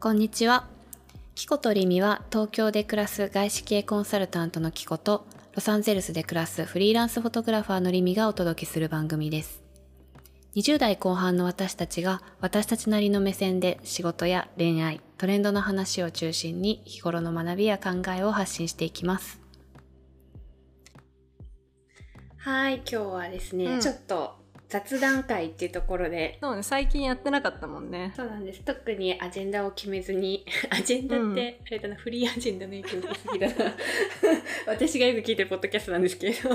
こんにちは。キコとリミは東京で暮らす外資系コンサルタントのキコとロサンゼルスで暮らすフリーランスフォトグラファーのリミがお届けする番組です。20代後半の私たちが私たちなりの目線で仕事や恋愛、トレンドの話を中心に日頃の学びや考えを発信していきます。はい、今日はですね、うんちょっと雑談会っていうところでそうね最近やってなかったもんねそうなんです特にアジェンダを決めずに アジェンダって、あれだなフリーアジェンダの影響受けすぎだ な私がよく聞いてるポッドキャストなんですけれど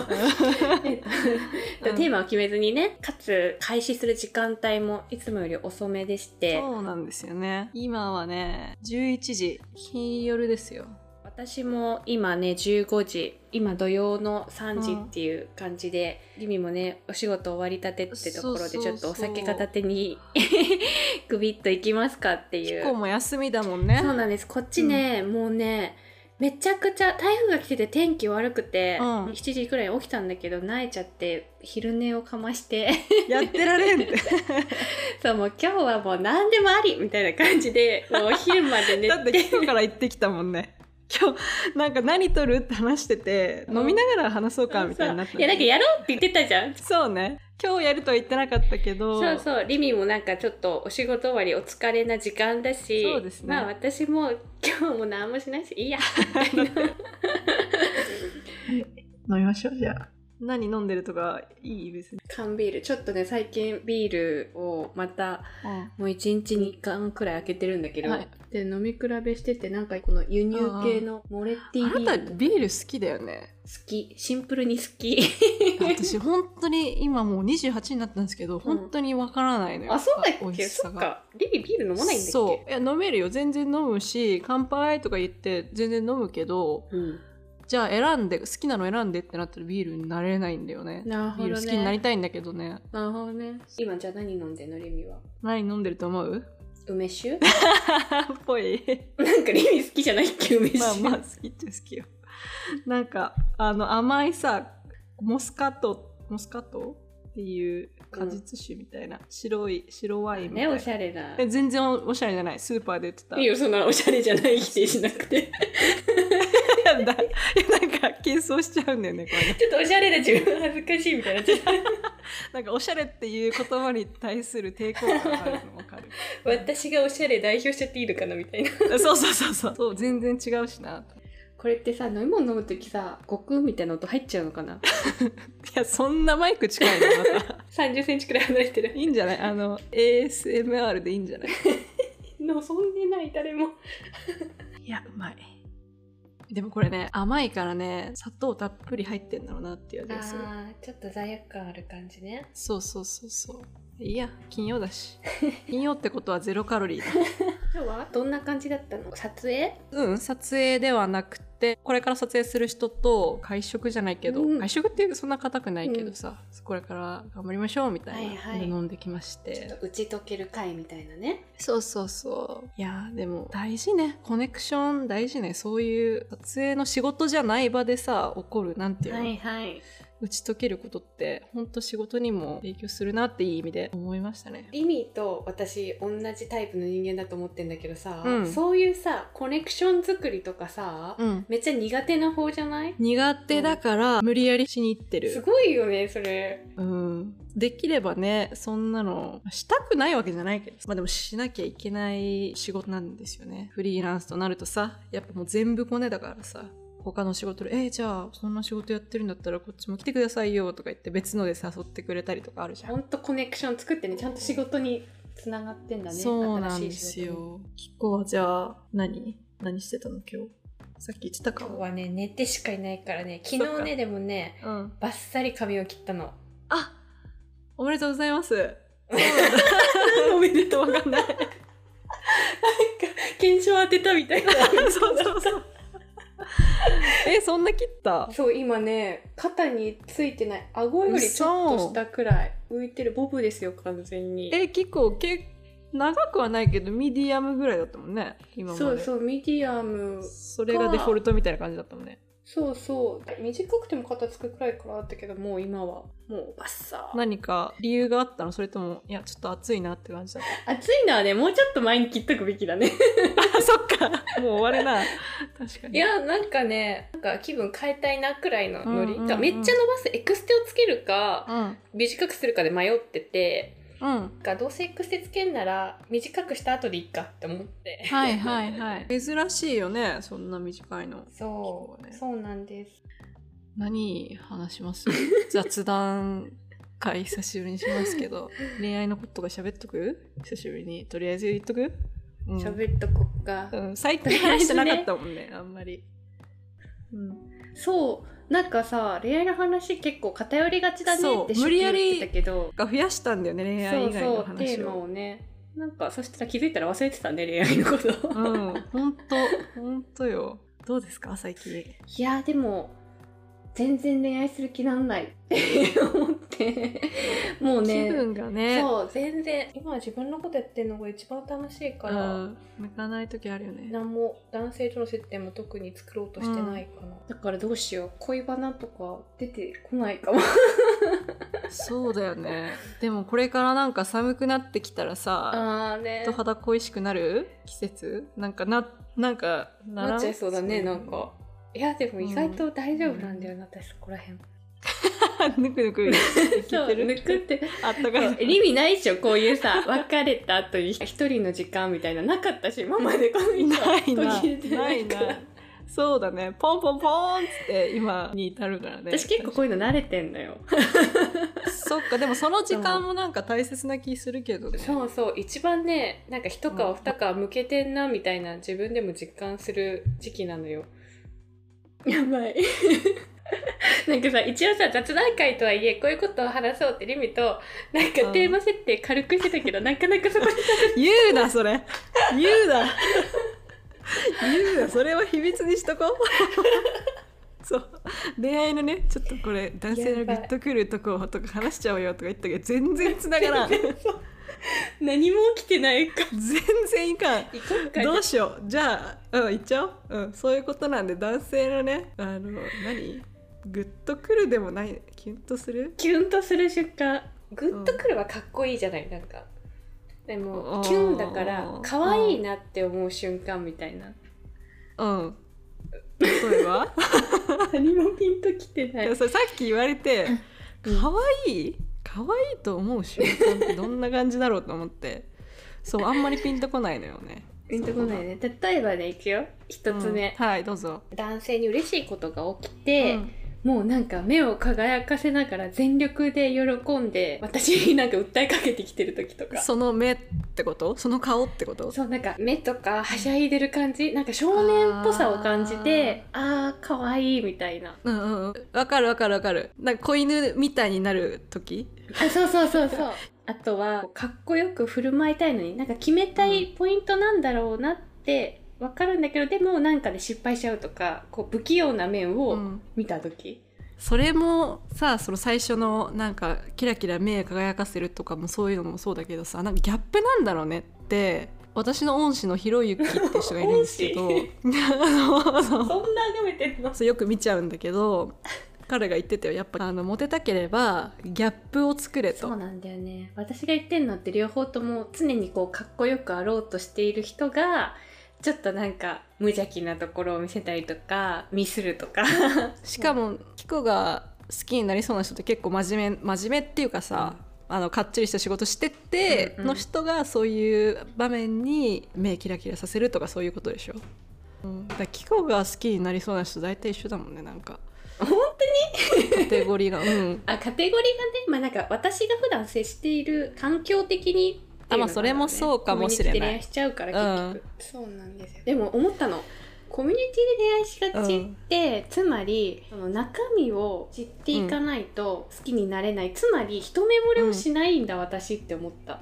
えっとうんテーマを決めずにねかつ開始する時間帯もいつもより遅めでしてそうなんですよね今はね11時金夜ですよ私も今ね15時今土曜の3時っていう感じで、リミもねお仕事終わりたてってところでそうちそうそょうっとお酒片手に グビッと行きますかっていう今日も休みだもんね そうなんですこっちね、もうねめちゃくちゃ台風が来てて天気悪くて、うん7時くらいに起きたんだけど泣いちゃって昼寝をかまして やってられんってそうもう今日はもう何でもありみたいな感じでもうお昼ま で寝だってて今日から行ってきたもんね今日なんか何撮るって話してて、うん飲みながら話そうかみたいになったそういやなんかやろうって言ってたじゃんそうね今日やるとは言ってなかったけどそうそうリミもなんかちょっとお仕事終わりお疲れな時間だしそうですねまあ私も今日も何もしないしいいやみたいな 飲みましょうじゃあ何飲んでるとかいい別に、缶ビールちょっとね最近ビールをまたもう1日2缶くらい開けてるんだけど、はいで飲み比べしててなんかこの輸入系のモレッテあィビなーたル好ビール好きだよねきシンプルに好 き 私本当に今もう28になったんですけど、本当にわからないのよあそうだ美っ味けしそさっがかリリビール飲まないんだっけそういや飲めるよ全然飲むし乾杯とか言って全然飲むけどう、ん、じゃあ選んで好きなの選んでってなったらビールになれないんだよねなるビール好きになりたいんだけどねなるほどね今じゃあ何飲んでんのリミは何飲んでると 思う梅酒ぽ いなんかリミ好きじゃないっけ梅酒、まあ まあ好きっちゃ好きよなんかあの甘いさモスカットモスカットっていう果実酒みたいな、白い白ワインみたいねな、おしゃれなえ全然おしゃれじゃないスーパーで売ってたいいよそんなおしゃれじゃない否定しなくてやだいやなんか軽装しちゃうんだよねこれね ちょっとおしゃれな自分恥ずかしいみ たいになっちゃったなんかおしゃれっていう言葉に対する抵抗感があるの分かる私がおしゃれ代表しちゃっていいのかなみたいな そうそうそうそうそう全然違うしなこれってさ飲み物飲む時さ悟空みたいな音入っちゃうの かないやそんなマイク近いのまた 3 0ンチくらい離れてるいいんじゃないあの ASMR でいいんじゃない望んでない誰もいやうまいでもこれね甘いからね砂糖たっぷり入ってんだろうなっていう味がするあーちょっと罪悪感ある感じねそうそうそうそういや金曜だ し金曜ってことはゼロカロリーだ今日はどんな感じだったの撮影うん撮影ではなくてこれから撮影する人と会食じゃないけど、うん会食ってそんな硬くないけどさ、これから頑張りましょうみたいな、はいはいで飲んできましてちょっと打ち解ける回みたいなねそうそうそういやーでも大事ねコネクション大事ねそういう撮影の仕事じゃない場でさ起こるなんていうの、はい打ち解けることってほんと仕事にも影響するなっていい意味で思いましたねリミと私同じタイプの人間だと思ってんだけどさ、うんそういうさコネクション作りとかさ、うんめっちゃ苦手な方じゃない苦手だから無理やりしに行ってする、ごいよねそれうん、できればねそんなのしたくないわけじゃないけどまあでもしなきゃいけない仕事なんですよねフリーランスとなるとさやっぱもう全部コネだからさ他の仕事で「えじゃあそんな仕事やってるんだったらこっちも来てくださいよ」とか言って別ので誘ってくれたりとかあるじゃんほんとコネクション作ってねちゃんと仕事につながってんだねそうなんで新しすい仕事によ。キコはじゃあ何何してたの今日さっき言ってたか今日も。はね寝てしかいないからねそっか昨日ねでもねうん。バッサリ髪を切ったのあおめでとうござ います。おめでとうわかんない。検証当てたみたいなそうそうそう。えそんな切ったそう今ね肩についてない顎よりちょっと下くらい浮いてるボブですよ完全にえキコけ長くはないけどミディアムぐらいだったもんね今までそうそうミディアムそれがデフォルトみたいな感じだったもんねそうそう短くても片付くくらいからだったけどもう今はもうバッサー何か理由があったのそれともいやちょっと暑いなって感じだっ暑いのはねもうちょっと前に切っとくべきだねた あそっかもう終わるな 確かにいやなんかねなんか気分変えたいなくらいのノリ、うんうんうんだからめっちゃ伸ばすエクステをつけるかうん短くするかで迷っててうんなんかどうせエクステつけんなら短くした後でいいかって思ってはいはいはい珍しいよねそんな短いのそう、そうねそうなんです何話します 雑談会久しぶりにしますけど恋愛のこととか喋っとく久しぶりにとりあえず言っとく、うん喋っとこっか、うん、最近 話してなかったもんねあんまり、うん、そうなんかさ恋愛の話結構偏りがちだねってそう無理や初り期言ってたけどが増やしたんだよね恋愛以外のそうそうテ話ーマををねなんかそしたら気づいたら忘れてたね恋愛のこと、うん 本当本当よどうですか最近 いやでも全然恋愛する気なんないって 思ってもうね気分がねそう全然今自分のことやってるのが一番楽しいかうら、ん向かない時あるよね何も男性との接点も特に作ろうとしてないかな、だからどうしよう恋バナとか出てこないかもそうだよねでもこれからなんか寒くなってきたらさ あーねと肌恋しくなる季節なんかななんかならなっちゃいそうだねなんかいやでも意外と大丈夫なんだよな、私そこら辺 ぬくぬく生きてる抜くって あったかい意味ないでしょこういう さ別れた後に一人の時間みたいななかったし今までこの人ないな途切れてなないいかならそうだねポンポンポーンっつって今に至るからね 私結構こういうの慣れてんのよそっかでもその時間もなんか大切な気するけどねそうそう一番ねなんか一皮うん二皮むけてんなみたいな自分でも実感する時期なのよやばい なんかさ一応さ雑談会とはいえこういうことを話そうってリミとなんうかんテーマ設定軽くしてた けど、なかなかそこに言うなそれ言うな言うなそれは秘密にしとこうそう恋愛のねちょっとこれ男性のビッとくるとことか話しちゃおうよとか言ったけど全然つな がらん全何も起きてないか然いか行んこっかどうしようじゃあうん言っちゃおう、うん、そういうことなんで男性のねあの何グッとくるでもないキュンとするキュンとする瞬間グッとくるはかっこいいじゃないなんかでうもんキュンだからうん可愛いなって思う瞬間みたいなうん例えば 何もピンときてないいやそれさっき言われてうん可愛い可愛いと思う瞬間ってどんな感じだろうと思ってそうあんまりピンとこないのよねピンとこないね例えばねいくよ一つ目、うんはいどうぞ男性に嬉しいことが起きて、うんもうなんか目を輝かせながら全力で喜んで私になんか訴えかけてきてる時とかその目ってことその顔ってことそうなんか目とかはしゃいでる感じなんか少年っぽさを感じてあーあ可愛いみたいなうんうんうんわかるわかるわかるなんか子犬みたいになる時あそうそうそうそう あとはかっこよく振る舞いたいのになんか決めたいポイントなんだろうなってわかるんだけどでもなんかで失敗しちゃうとかこう不器用な面うをん見た時、それもさその最初のなんかキラキラ目輝かせるとかもそういうのもそうだけどさなんかギャップなんだろうねって私の恩師のひろゆきって人がいるんですけど恩あ のそんな眺めてんのそうよく見ちゃうんだけど彼が言ってたよやっぱあのモテたければギャップを作れとそうなんだよね私が言ってんのって両方とも常にこうかっこよくあろうとしている人がちょっとなんか無邪気なところを見せたりとかミスるとかしかもキコが好きになりそうな人って結構真面目真面目っていうかさ、あのかっちりした仕事してってうんうんの人がそういう場面に目キラキラさせるとかそういうことでしょ、うん、だからキコが好きになりそうな人大体一緒だもんねなんか本当にカテゴリーがうんあカテゴリーがねまあなんか私が普段接している環境的にっていうのがるよねあまあそれもそうかもしれなコいミュニティで恋愛しちゃうからうん結局、そうなんですよでも思ったのコミュニティで恋愛しがちって、つまりその中身を知っていかないと好きになれない、つまり一目惚れをしないんだ、私って思った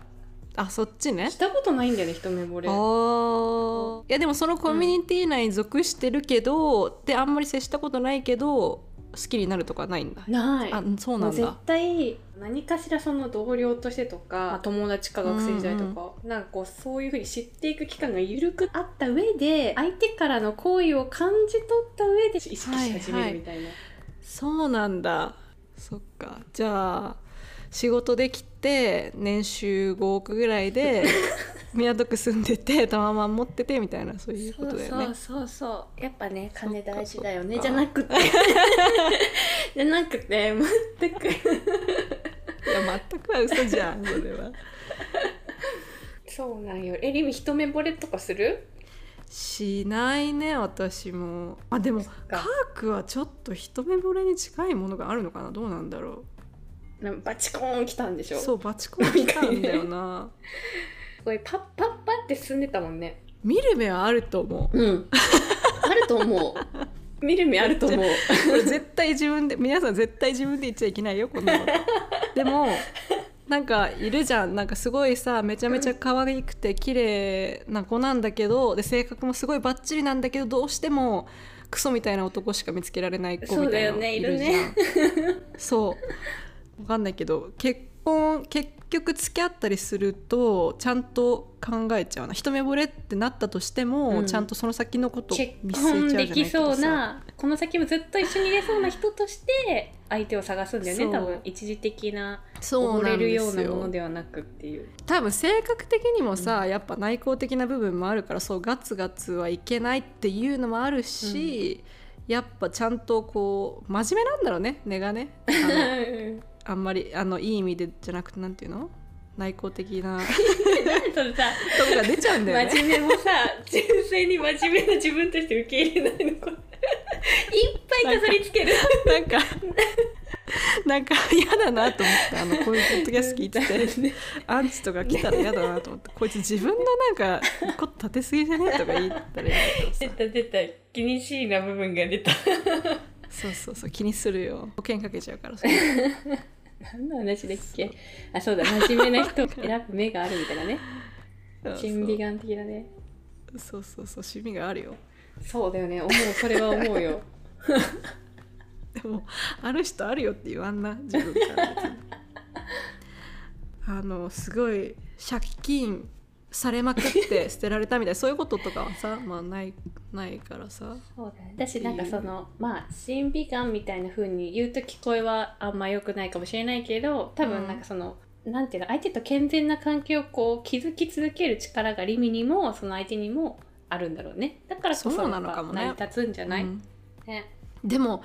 あそっちねしたことないんだよね一目惚れあーいやでもそのコミュニティ内に属してるけど、であんまり接したことないけど好きになるとかないんだ、ないあそうもなうん絶だ対何かしらその同僚としてとか、まあ友達か学生時代とか、なんかこうそういうふうに知っていく期間が緩くあった上で相手からの好意を感じ取った上で意識し始めるみたいな、そうなんだそっかじゃあ仕事できて年収5億ぐら いで港区住んでてタワマン持っててみたいなそういうことだよねそうそうそうそうやっぱね金大事だよねそっじかゃそっなく てじゃなくて全くいや全くは嘘じゃんそれはそうなんよえりみ一目惚れとかするしないね私もあでもそっカーかクはちょっと一目惚れに近いものがあるのかなどうなんだろなんかバチコーン来たんでしうょそうバチコン来たんだよなすごいパッパッパって進んでたもんね見る目はあると思ううんあると思う見る目あると思うこれ絶対自分で皆さん絶対自分で言っちゃいけないよこんなことでもなんかいるじゃんなんかすごいさめちゃめちゃ可愛くて綺麗な子なんだけどで性格もすごいバッチリなんだけどどうしてもクソみたいな男しか見つけられない子みたいなそうだよねじゃんそうわかんないけど結婚結局付き合ったりするとちゃんと考えちゃうな一目惚れってなったとしても、うんちゃんとその先のこと結見据えちゃう婚じゃないでけきどそうさなこの先もずっと一緒にいれそうな人として相手を探すんだよねそう多分一時的なそう溺なれんるでようすなもよのではなくっていう多分性格的にもさ、やっぱ内向的な部分もあるからそうガツガツはいけないっていうのもあるし、やっぱちゃんとこう真面目なんだろうね根がねあの あんまりあのいい意味でじゃなくてなんていうの内向的な なんかさとこが出ちゃうんだよね 真面目もさ純粋に真面目な自分として受け入れないのこれいっぱい飾りつけるなんか なんか嫌だなと思ってあのこういうポッドキャスト聞いててアンチとか来たら嫌だなと思ってこいつ自分の なんかこと立てすぎじゃねえとか言ったら嫌だけどさ出た出た気にしいな部分が出たそうそうそう気にするよ保険かけちゃうか らそれ何の話だっけあそうだ真面目な人を選ぶ目があるみたいなね審美眼的だねそうそうそう趣味があるよそうだよね思うそれは思うよでもある人あるよって言わんな自分から別にあのすごい借金されまくっ て捨てられたみたいなそういうこととかはさ、まあ、ないないからさそうだね私なんかそのまあ審美眼みたいな風に言うと聞こえはあんま良くないかもしれないけど多分なんかその、なんていうの相手と健全な関係をこう築き続ける力がリミにもその相手にもあるんだろうねだからこそそうなのかもねやっぱ成り立つんじゃない、うんねでも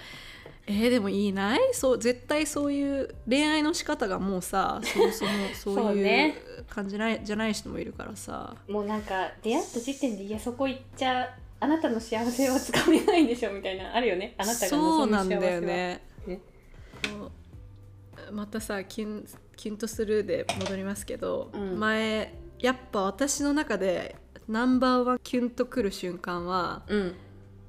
えー、でもいいないそう絶対そういう恋愛の仕方がもうさそもそもそそうういねう感じないじゃない人もいるからさもうなんか出会った時点でいやそこ行っちゃあなたの幸せはつかめないでしょみたいなあるよねあなたがそ望うむな幸んせはだよねねそうまたさキュンキュンとするで戻りますけど、うん前やっぱ私の中でナンバーワンキュンとくる瞬間はうん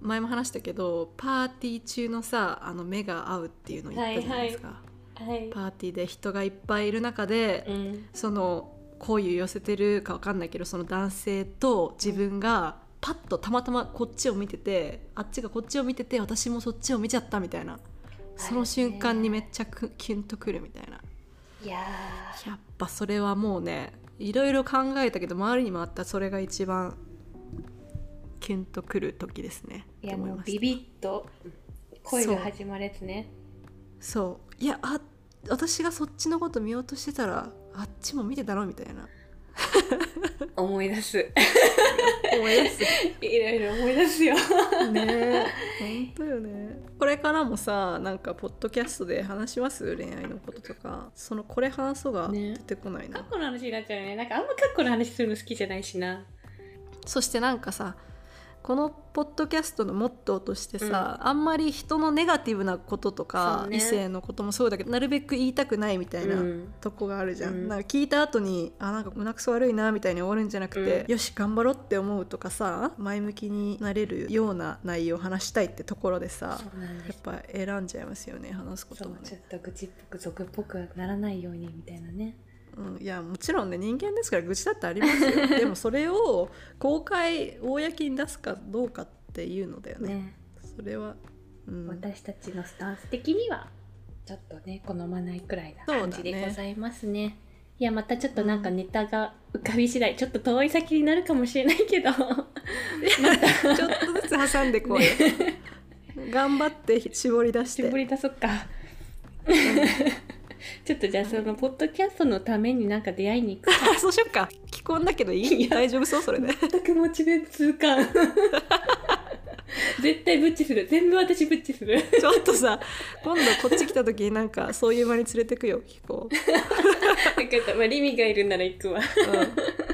前も話したけどパーティー中のさあの目が合うっていうの言ったじゃないですか、はいパーティーで人がいっぱいいる中で、うんその好意を寄せてるかわかんないけどその男性と自分がパッとたまたまこっちを見ててあっちがこっちを見てて私もそっちを見ちゃったみたいなその瞬間にめっちゃくキュンとくるみたいないややっぱそれはもうねいろいろ考えたけど周りにもあったそれが一番キュンとくる時ですねーいやと思もうましたビビッと恋が始まるやつねそういやあ私がそっちのこと見ようとしてたらあっちも見てたろみたい な思い出す思い出す いろいろ思い出すよね本当よねこれからもさなんかポッドキャストで話します恋愛のこととかそのこれ話そうがね出てこないな、過去の話になっちゃうよねなんかあんま過去の話するの好きじゃないしなそしてなんかさこのポッドキャストのモットーとしてさ、あんまり人のネガティブなこととかそ、うね異性のこともそうだけどなるべく言いたくないみたいうな、んとこがあるじゃん、うんなんか聞いた後にあなんか胸くそ悪いなみたいに終わるんじゃなくて、うんよし頑張ろうって思うとかさ前向きになれるような内容を話したいってところでさそうなんやっぱ選んじゃいますよね話すこともちょねっと愚痴っぽく俗っぽくならないようにみたいなねう、ん、いやもちろんね人間ですから愚痴だってありま すよでもそれを公開公に出すかどうかっていうのだよねねそれは、うん、私たちのスタンス的にはちょっとね好まないくらいなそうだ感ねじでございますねいやまたちょっとなんかネタが浮かび次第、ちょっと遠い先になるかもしれないけど ちょっとずつ挟んでこう よ、頑張って絞り出して絞り出そっか ちょっとじゃあそのポッドキャストのためになんか出会いに行くかそうしよっか既婚だけどいい大丈夫そうそ れで全くモチベ痛感 絶対ブッチする全部私ブッチするちょっとさ今度こっち来た時になんかそういう場に連れてくよ気候、なんかまあリミがいるなら行くわうん